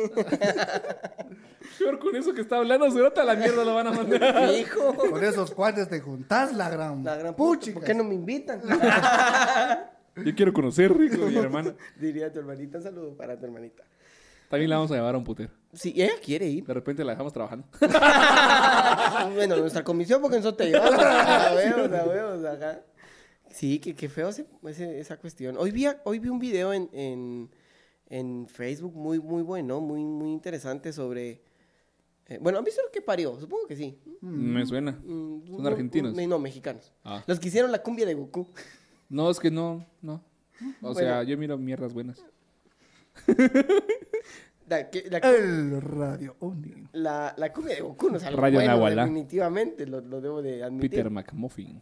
C: Peor con eso que está hablando, segurata la mierda lo van a mandar.
A: Hijo.
B: con esos cuates te juntás la gran,
A: La gran puta,
B: puchica.
A: ¿por qué no me invitan?
C: Yo quiero conocer, rico, mi hermana.
A: Diría tu hermanita, un saludo para tu hermanita.
C: También la vamos a llevar a un putero.
A: Si ella quiere ir.
C: De repente la dejamos trabajando.
A: bueno, nuestra comisión, porque nosotros te llevamos. La vemos, la vemos, ajá. Sí, que, que feo ese- ese- esa cuestión. Hoy vi, a- hoy vi un video en, en, en Facebook muy, muy bueno, muy, muy interesante sobre... eh, bueno, ¿han visto lo que parió? Supongo que sí.
C: Me suena.
A: Mm,
C: Son
A: no,
C: argentinos.
A: mm, no, mexicanos.
C: Ah.
A: Los que hicieron la cumbia de Goku.
C: No, es que no, no.
A: Bueno.
C: O sea, yo miro mierdas buenas.
A: la, que- la-
C: Eh.
B: El radio Oni.
A: la- la cumbia de Goku no es algo
C: Radio
A: bueno,
C: Nahualá.
A: definitivamente, lo, lo debo de admitir.
C: Peter McMuffin.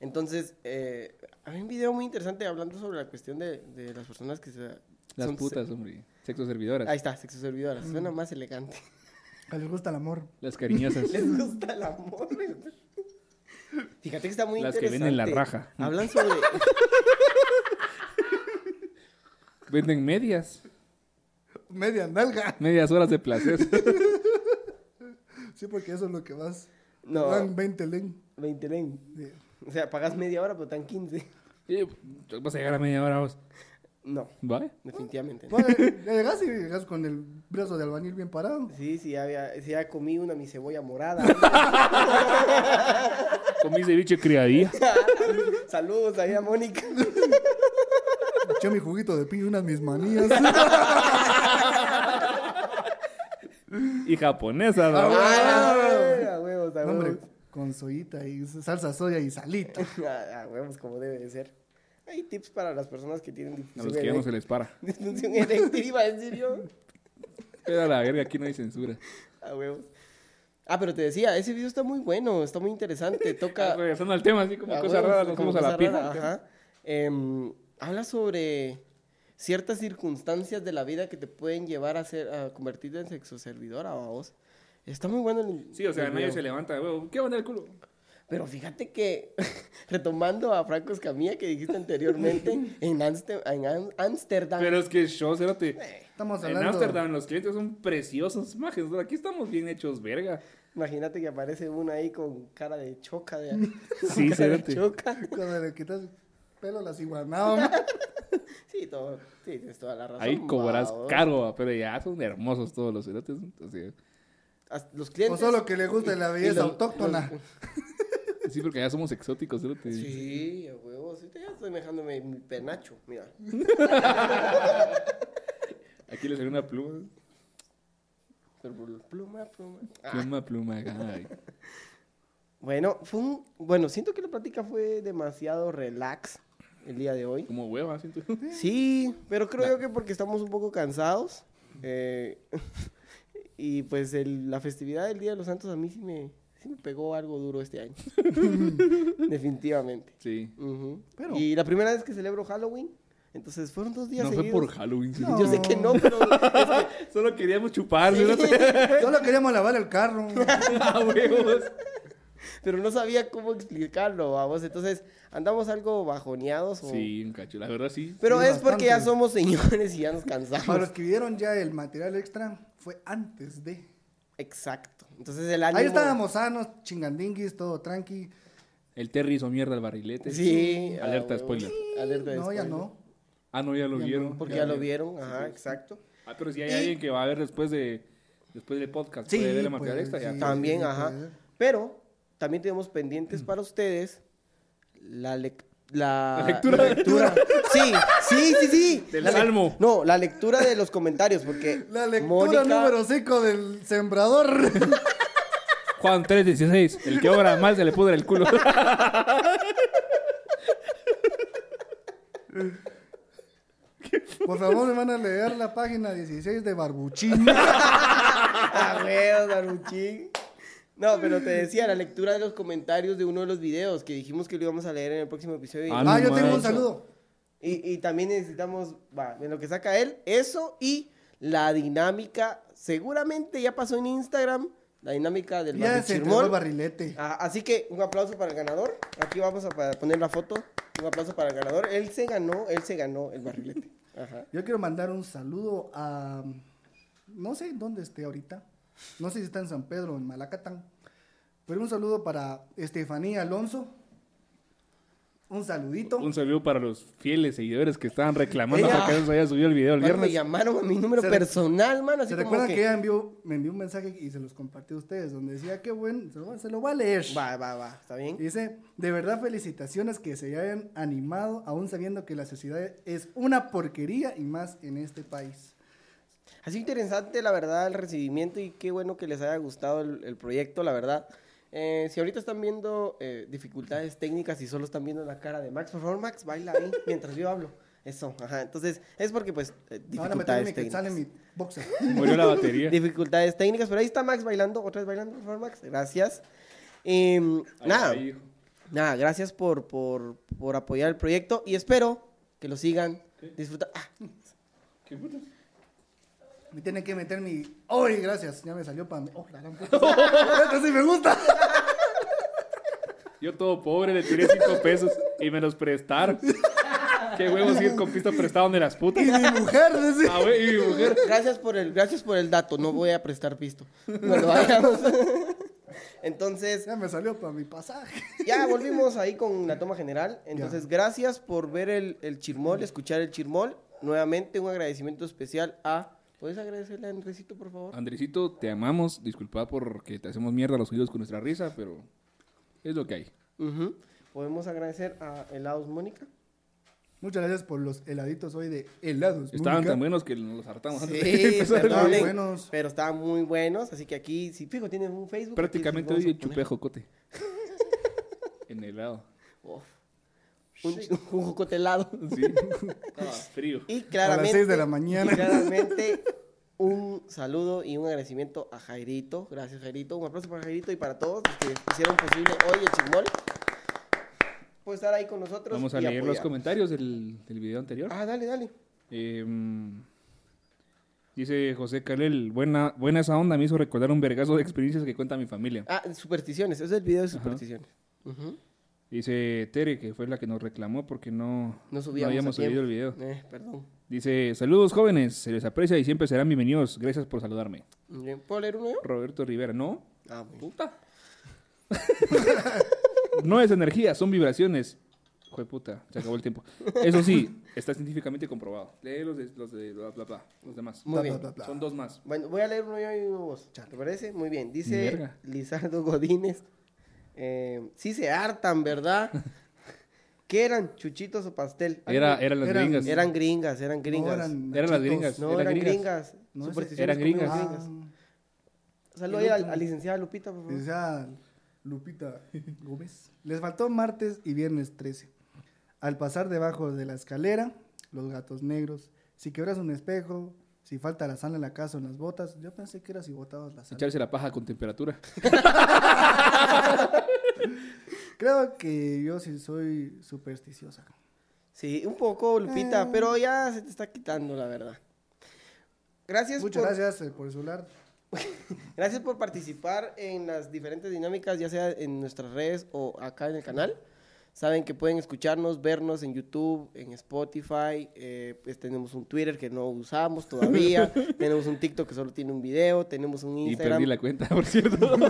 A: Entonces, eh, hay un video muy interesante hablando sobre la cuestión de, de las personas que se...
C: Las
A: son-
C: putas, hombre. Sexo servidoras.
A: Ahí está, sexo servidoras.
B: Mm.
A: Suena más elegante.
B: A les gusta el amor.
C: Las cariñosas.
A: Les gusta el amor. Fíjate que está muy
C: Las que
A: interesante.
C: venden la raja.
A: Hablan sobre...
C: Venden medias.
B: Media nalga.
C: Medias horas de placer.
B: Sí, porque eso es lo que vas.
A: No.
B: Dan 20 len.
A: 20 len.
B: Sí.
A: O sea, pagas media hora, pero tan 15.
C: Eh, Vas a llegar a media hora vos.
A: No,
C: ¿Vale?
A: definitivamente. no.
B: Bueno, llegas y llegas con el brazo de albañil bien parado.
A: Sí, sí, ya, había, sí, ya comí una mi cebolla morada.
C: Comí ceviche criadilla.
A: Saludos ahí a Mónica.
B: Eché mi juguito de piña, unas mis manías.
C: Y japonesa,
A: Ah,
C: ¿no?
A: A huevos, a
B: No, hombre,
A: huevos.
B: con soyita y salsa soya y salita.
A: A, a Ah, huevos, como debe de ser. Hay tips para las personas que tienen
C: A
A: disfunción,
C: los que ya no se
A: erect-
C: les para.
A: disfunción eréctil, iba a decir yo.
C: Pero la verga, aquí no hay censura.
A: A huevos. Ah, pero te decía, ese video está muy bueno, está muy interesante. Toca.
C: Ah, Regresando al tema, así como
A: a
C: cosas
A: huevos,
C: raras, nos
A: como
C: vamos a la
A: cosa rara,
C: pija.
A: ajá. Em, habla sobre ciertas circunstancias de la vida que te pueden llevar a ser a convertirte en sexoservidora o a vos. Está muy bueno el
C: Sí, o sea,
A: el
C: nadie
A: video.
C: se levanta de huevo. ¿Qué onda el culo?
A: Pero fíjate que, retomando a Franco Escamilla que dijiste anteriormente, en, Amste- en Am- Amsterdam.
C: Pero es que yo, cérate.
B: Estamos
C: En
B: hablando.
C: Ámsterdam los clientes son preciosos majes. Aquí estamos bien hechos, verga.
A: Imagínate que aparece uno ahí con cara de choca. De,
C: Sí,
A: con cara de
C: cérate.
A: choca.
B: Cuando le quitas pelo a las iguanadas. ¿no?
A: Sí, todo, sí, tienes toda la razón.
C: Ahí cobras
A: vaos.
C: caro, va, pero ya son hermosos todos los cerotes. Así.
A: Hasta Los
B: O
A: clientes.
B: solo que le gusta la belleza
C: los-
B: autóctona.
C: Sí, porque ya somos exóticos, cerote.
A: Sí, a huevos. ahorita Ya estoy dejándome mi penacho, mira.
C: Aquí le salió una pluma.
A: Pero por- Pluma, pluma. Ah,
C: Pluma, pluma. ay.
A: Bueno, fue un... Bueno, siento que la plática fue demasiado relax el día de hoy.
C: Como hueva, siento.
A: Sí, pero creo yo que porque estamos un poco cansados. eh, y pues el- la festividad del Día de los Santos a mí sí me, sí me pegó algo duro este año. Definitivamente.
C: Sí.
A: Ujú.
B: Pero-
A: Y la primera vez que celebro Halloween, entonces fueron dos días
C: No fue
A: seguidos.
C: por Halloween. sí.
B: No.
A: Yo sé que no, pero
C: Solo queríamos chupar, cerote.
B: Solo queríamos lavar el carro.
C: A Ah, huevos.
A: pero no sabía cómo explicarlo, vamos. Entonces, andamos algo bajoneados. o-
C: Sí, un cacho. La verdad, sí.
A: Pero
B: Sí,
A: es porque ya
B: bastante.
A: somos señores y ya nos
B: Para
A: cansamos.
B: los que vieron ya el material extra, fue antes de.
A: Exacto. Entonces el ánimo...
B: Ahí estábamos sanos, chingandinguis, todo tranqui.
C: El Terry hizo mierda al barrilete.
A: Sí. ah,
C: Alerta,
A: huevo.
C: spoiler.
A: Alerta de
B: No, ya
A: spoiler.
B: no.
C: Ah, no, ya lo
B: Ya
C: vieron.
B: no,
A: Porque ya, lo vieron, ajá, exacto.
C: Ah, pero si hay
A: Y-
C: alguien que va a ver después de después del podcast,
B: Sí,
C: puede ver el material
B: pues,
C: extra ya.
B: sí.
A: También,
B: sí, Mm.
A: ajá.
B: puede ser.
A: Pero también tenemos pendientes para ustedes la lec- La,
C: La lectura.
A: la Sí, sí, sí, sí.
C: Del
A: La lec-
C: Salmo.
A: No, la lectura de los comentarios, porque.
B: La lectura
A: Mónica-
B: número 5 del sembrador.
C: Juan 3.16, el que obra mal se le pudre el culo.
B: Por favor, me van a leer la página 16 de Barbuchín.
A: Ah, huevo, Maruchín. No, pero te decía, la lectura de los comentarios de uno de los videos que dijimos que lo íbamos a leer en el próximo episodio. y-
C: Ah, no
B: Ah, yo tengo
C: manches.
B: un saludo.
A: Y, y también necesitamos, va, en lo que saca él, eso y la dinámica. Seguramente ya pasó en Instagram, la dinámica del
B: Ya se entregó
A: barrichirmón.
B: el barrilete.
A: Ah, así que un aplauso para el ganador. Aquí vamos a pa- poner la foto. Un aplauso para el ganador. Él se ganó, él se ganó el barrilete. Ajá.
B: Yo quiero mandar un saludo a. No sé dónde esté ahorita. No sé si está en San Pedro o en Malacatán. Pero un saludo para Estefanía Alonso. Un saludito.
C: Un saludo para los fieles seguidores que estaban reclamando
A: Ella-
C: porque no se había subido el video el
A: Mano, me
C: viernes.
A: llamaron a mi número
B: Se-
A: personal, mano. Así
B: ¿Se
A: como
B: recuerdan
A: que...
B: que, ella envió, me envió un mensaje y se los compartió a ustedes? Donde decía, qué bueno, se lo, va- se lo va a leer.
A: Va, va, va. ¿Está bien?
B: Dice, de verdad felicitaciones que se hayan animado, aún sabiendo que la sociedad es una porquería y más en este país.
A: Ha sido interesante, la verdad, el recibimiento y qué bueno que les haya gustado el, el proyecto, la verdad. Eh, si ahorita están viendo eh, dificultades técnicas y solo están viendo la cara de Max, por favor, Max, baila ahí mientras yo hablo. Eso, ajá. Entonces, es porque, pues, eh,
B: Ahora me tengo
A: dificultades
B: mi quetzal en
A: técnicas.
B: mi boxer.
C: Murió la batería.
A: Dificultades técnicas, pero ahí está Max bailando. Otra vez bailando, por favor, Max. Gracias. Em,
C: Ahí-
A: nada,
C: ahí, hijo.
A: nada, gracias por, por, por apoyar el proyecto y espero que lo sigan ah, disfrutando.
C: ¿Qué putas?
B: Me tiene que meter mi. ¡Ay, gracias! Ya me salió para. ¡Oh, la gran puta! Esto sí me gusta!
C: Yo todo pobre le tiré cinco pesos y me los prestaron. Qué huevos ir con pista prestado de las
B: Y
C: putas.
B: mi mujer, dice.
C: Ah, güey, y mi mujer.
A: Gracias por el, gracias por el dato. No voy a prestar pisto. Cuando vayamos. Entonces,
B: Ya me salió para mi pasaje.
A: ya volvimos ahí con la toma general. Entonces, gracias por ver el, el chirmol, escuchar el chirmol. Nuevamente, un agradecimiento especial a. ¿Puedes agradecerle a Andresito, por favor?
C: Ah. Andresito, te amamos. Disculpa porque te hacemos mierda los oídos con nuestra risa, pero es lo que hay.
A: Ujú. Podemos agradecer a Helados Mónica.
B: Muchas gracias por los heladitos hoy de helados.
C: Estaban
B: Mónica.
C: tan buenos que nos los hartamos antes de
A: Sí,
C: empezar el-
B: perdón.
A: perdonen,
B: buenos.
A: pero estaban muy buenos. Así que aquí, si fijo, tienen un Facebook. aquí
C: Prácticamente
A: los
C: hoy
A: vamos a
C: chupé a jocote. En helado.
A: poner. Uf. Un, un jocote helado.
C: Sí. Estaba frío.
A: Y claramente.
B: seis de la mañana.
A: y claramente, un saludo y un agradecimiento a Jairito. Gracias, Jairito. Un aplauso para Jairito y para todos los que hicieron posible hoy el chingol. Puede estar ahí con nosotros.
C: Vamos a
A: y
C: leer los
A: apoyar.
C: comentarios del, del video anterior.
A: Ah, dale, dale.
C: Em, dice José Calel, buena, buena esa onda, me hizo recordar un vergazo de experiencias que cuenta mi familia.
A: Ah, supersticiones. Es el video de supersticiones. Ujú.
C: Dice Tere, que fue la que nos reclamó porque no,
A: No subíamos. a
C: habíamos
A: tiempo.
C: subido el video.
A: Eh, perdón.
C: Dice, saludos jóvenes, se les aprecia y siempre serán bienvenidos. Gracias por saludarme.
A: Muy bien. ¿Puedo leer uno yo?
C: Roberto Rivera, no,
A: Ah, bueno.
C: puta. no es energía, son vibraciones. Jue puta, se acabó el tiempo. Eso sí, está científicamente comprobado. Lee los de, los de bla, bla, bla, los demás.
A: Muy bien.
B: bla, bla.
C: Son dos más.
A: Bueno, voy a leer uno yo y uno vos. ¿Te parece? Muy bien. Dice
C: Verga.
A: Lizardo Godínez. eh, sí se hartan, ¿verdad? ¿Qué eran? ¿Chuchitos o pastel? Ah,
C: Era, eran las
B: Eran-
C: gringas.
A: Eran gringas, eran gringas.
B: No,
A: eran,
B: eran,
C: Eran
B: nachitos.
C: las gringas. eran gringas.
A: gringas.
B: No,
A: Supersticiones
C: eran
A: conmigo,
C: gringas.
A: Saludos ahí a la licenciada Lupita, por
B: Ah,
A: favor.
B: decía Lupita Gómez. Les faltó martes y viernes 13. Al pasar debajo de la escalera, los gatos negros. Si quebras un espejo, si falta la sal en la casa o en las botas. Yo pensé que era si botabas la sal.
C: Echarse la paja con temperatura.
B: Creo que yo sí soy supersticiosa.
A: Sí, un poco Lupita,
B: Ah.
A: pero ya se te está quitando, la verdad. Gracias
B: Muchas
A: por,
B: gracias eh, por el celular.
A: Gracias por participar en las diferentes dinámicas, ya sea en nuestras redes o acá en el canal. Saben que pueden escucharnos, vernos en YouTube, en Spotify. eh, pues tenemos un Twitter que no usamos todavía. tenemos un TikTok que solo tiene un video. Tenemos un
C: Y
A: Instagram.
C: perdí la cuenta, por cierto.
A: No,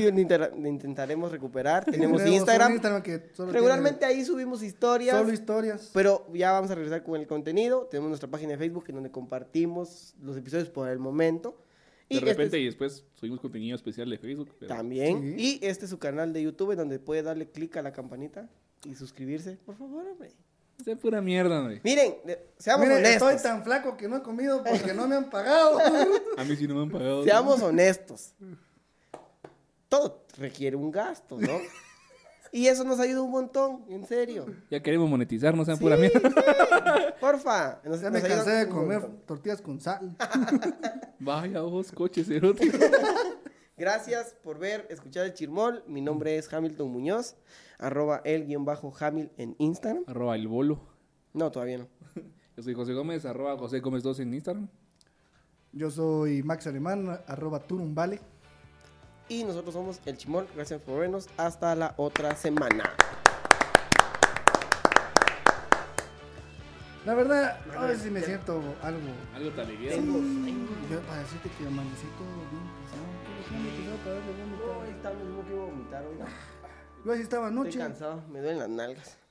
A: y un intera- intentaremos recuperar. Tenemos
B: un
A: Instagram.
B: Instagram que solo
A: Regularmente pues,
B: tiene
A: ahí subimos historias.
B: solo historias.
A: Pero ya vamos a regresar con el contenido. Tenemos nuestra página de Facebook en donde compartimos los episodios por el momento.
C: De
A: este es-
C: repente y después subimos contenido especial de Facebook. pero-
A: También. Y este es su canal de YouTube en donde puede darle clic a la campanita y suscribirse. Por favor, hombre.
C: Esa es pura mierda, güey.
A: Miren, de- seamos
B: Miren,
A: honestos.
B: estoy tan flaco que no he comido porque no me han pagado.
C: A mí sí no me han pagado.
A: Seamos honestos. Todo requiere un gasto, ¿no? y eso nos ayuda un montón, en serio.
C: Ya queremos monetizar, no sean pura mierda.
A: Porfa. Nos,
B: ya me
A: nos ayuda
B: cansé de
A: un
B: comer
A: montón.
B: tortillas con sal.
C: Vaya vos, coches, erote.
A: Gracias por ver, escuchar el chirmol. Mi nombre es Hamilton Muñoz, arroba el guión bajo Hamil en Instagram.
C: Arroba el bolo.
A: No, todavía no.
C: Yo soy José Gómez, arroba José Gómez 2 en Instagram.
B: Yo soy Max Alemán, arroba Turumbale.
A: Y nosotros somos El Chimol. Gracias por vernos. Hasta la otra semana.
B: La verdad, a ver si me siento algo.
C: Algo tan
A: Tengo-
B: Yo para decirte que amanecí todo bien pesado. todo bien pesado para darle
A: No,
B: vomitar.
A: está mismo que voy a vomitar hoy.
B: Yo así estaba
A: Estoy
B: anoche.
A: cansado, me duelen las nalgas.